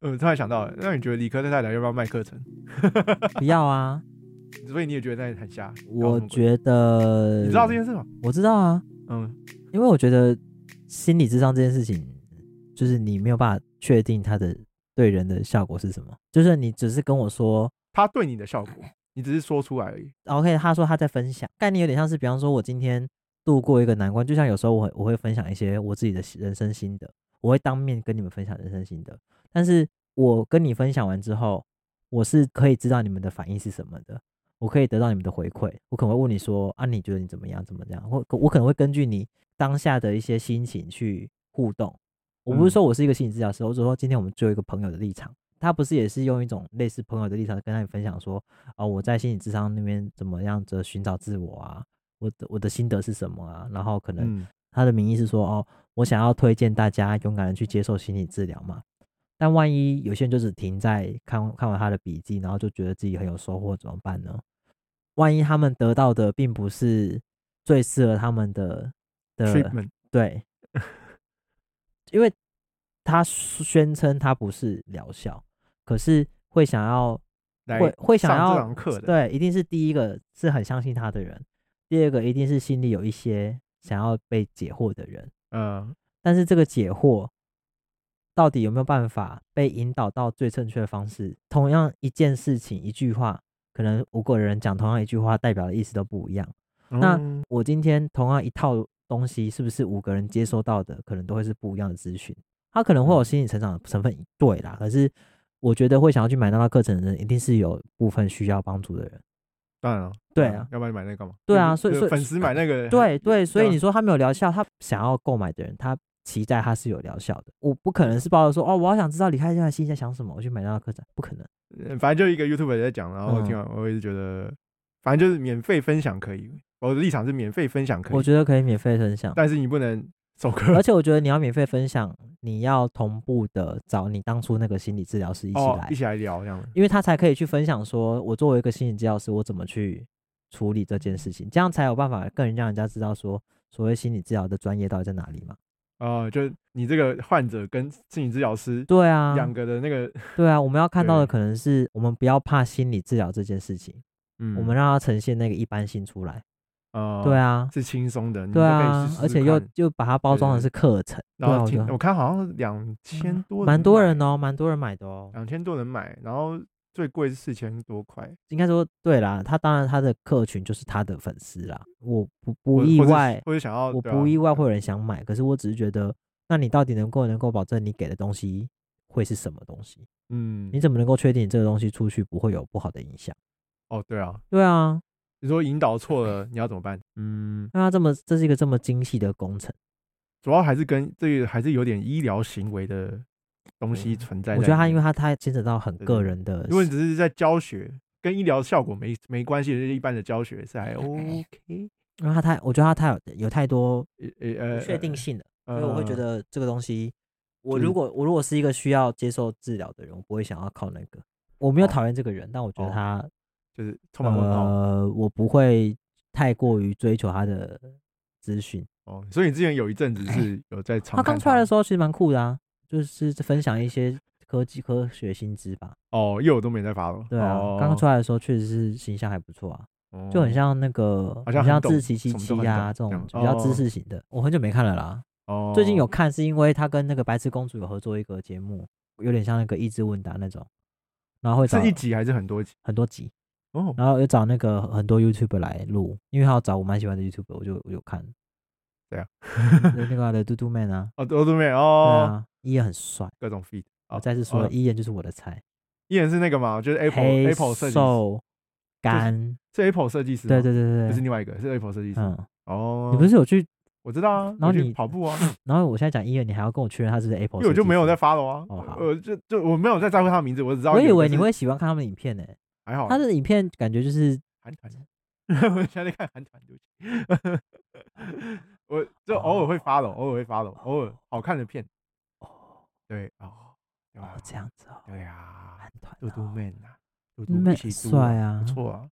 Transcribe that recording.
呃，突然想嗯到了，那你觉得理科太太要不要卖课程？不要 啊！所以你也觉得那很瞎？搞我什么鬼觉得你知道这件事吗？我知道啊，嗯，因为我觉得心理智商这件事情，就是你没有办法确定它的对人的效果是什么。就是你只是跟我说他对你的效果，你只是说出来而已。 ，OK，他说他在分享，概念有点像是，比方说我今天度过一个难关，就像有时候我会我会分享一些我自己的人生心得，我会当面跟你们分享人生心得，但是我跟你分享完之后，我是可以知道你们的反应是什么的。我可以得到你们的回馈，我可能会问你说啊，你觉得你怎么样，怎么样？或我可能会根据你当下的一些心情去互动。我不是嗯说我是一个心理治疗师，我只是说今天我们就一个朋友的立场，他不是也是用一种类似朋友的立场跟他分享说，啊，我在心理智商那边怎么样子寻找自我啊，我的我的心得是什么啊，然后可能嗯，他的名义是说，哦，我想要推荐大家勇敢的去接受心理治疗嘛。但万一有些人就只停在看看完他的笔记，然后就觉得自己很有收获，怎么办呢？万一他们得到的并不是最适合他们的的 treatment 对，因为他宣称他不是疗效，可是会想要来会会想上这要堂课的，对，一定是第一个是很相信他的人，第二个一定是心里有一些想要被解惑的人，嗯，但是这个解惑到底有没有办法被引导到最正确的方式？同样一件事情，一句话，可能五个人讲同样一句话，代表的意思都不一样。那嗯我今天同样一套东西，是不是五个人接收到的可能都会是不一样的资讯？他可能嗯会有心理成长的成分，对啦。可是我觉得会想要去买那套课程的人，一定是有部分需要帮助的人。当然了，对嗯啊，要不然你买那个干嘛？对啊就所以就所以粉丝买那个，对对，所以 啊你说他没有疗效，他想要购买的人，他期待他是有疗效的。我不可能是抱着说哦，我好想知道李开现在心里在想什么，我去买那套课程，不可能。嗯，反正就一个 YouTube 在讲，然后嗯听完我也是觉得，反正就是免费分享可以，我的立场是免费分享可我以，觉得可以免费分享，但是你不能授课而且我觉得你要免费分享，你要同步的找你当初那个心理治疗师一起哦来，一起来聊这样子。因为他才可以去分享说，我作为一个心理治疗师，我怎么去处理这件事情，这样才有办法更让人家知道说，所谓心理治疗的专业到底在哪里嘛。哦，就你这个患者跟心理治疗师对啊，两个的那个，对啊，我们要看到的对可能是我们不要怕心理治疗这件事情。嗯，我们让它呈现那个一般性出来。呃，对，啊，是轻松的，你对就可以啊试，试而且又看又把它包装的对是课程，对然啊，后我觉听得我看好像两千多，嗯啊蛮多人，哦，蛮多人买的哦。两千多人买，然后最贵是四千多块，应该说对啦，他当然他的客群就是他的粉丝啦，我不不或意或者外，或者想要，我对不啊意外会有人想买，可是我只是觉得，那你到底能够能够保证你给的东西会是什么东西？嗯你，怎么能够确定你这个东西出去不会有不好的影响？哦，对啊，对啊，你说引导错了，你要怎么办？嗯，那它这么这是一个这么精细的工程，主要还是跟这个还是有点医疗行为的东西存在在里面。啊我觉得它因为它它牵扯到很对对个对人的如果你只是在教学，跟医疗效果没没关系的，就是一般的教学是还哦哎 OK，因为他太，我觉得他太有有太多呃不呃，确定性了，呃，所以我会觉得这个东西，我就是如果我如果是一个需要接受治疗的人，我不会想要靠那个。我没有哦讨厌这个人，但我觉得哦他就是充满问号呃，我不会太过于追求他的资讯。哦。所以你之前有一阵子是有在常哎他刚看出来的们时候其实蛮酷的啊，就是分享一些科技科学新知吧。哦，又有都没在发了。哦对啊，刚刚出来的时候确实是形象还不错啊，来就很像那个哦好像很像懂自奇七什么都七很啊这懂种这比样较知识型的，我很久没看了啦。哦，最近有看，是因为他跟那个白痴公主有合作一个节目，有点像那个益智问答那种，然后会找是一集还是很多集很多集，哦。然后又找那个很多 YouTube 来录，因为他要找我蛮喜欢的 YouTube，我就我就看。对啊，那 个啊的嘟嘟 man 啊，哦，都都没有对哦，啊，伊人很帅。各种 feed。我哦再次说哦了，伊人就是我的菜，依然是那个嘛，就是 Apple 黑 Apple 设计师，瘦干，是 Apple 设计师吗，对对对不是对对，另外一个，是 Apple 设计师。嗯，哦，你不是有去？我知道啊，然后我去你跑步啊，然后我现在讲伊人，你还要跟我确认他是不是 Apple？因为我就设计没有师在，follow 啊哦好，我就就我没有在在乎他的名字，我只知道我以有一个为你是会喜欢看他们的影片呢。还好啊，他的影片感觉就是韩团， 我现在在看韩团，对不起， 我就偶尔会 follow，偶尔会 follow，偶尔好看的片，哦对哦，对哦啊这样子哦，对啊，韩团嘟嘟哦 man 啊，嘟嘟妹一起嘟帅不啊错啊，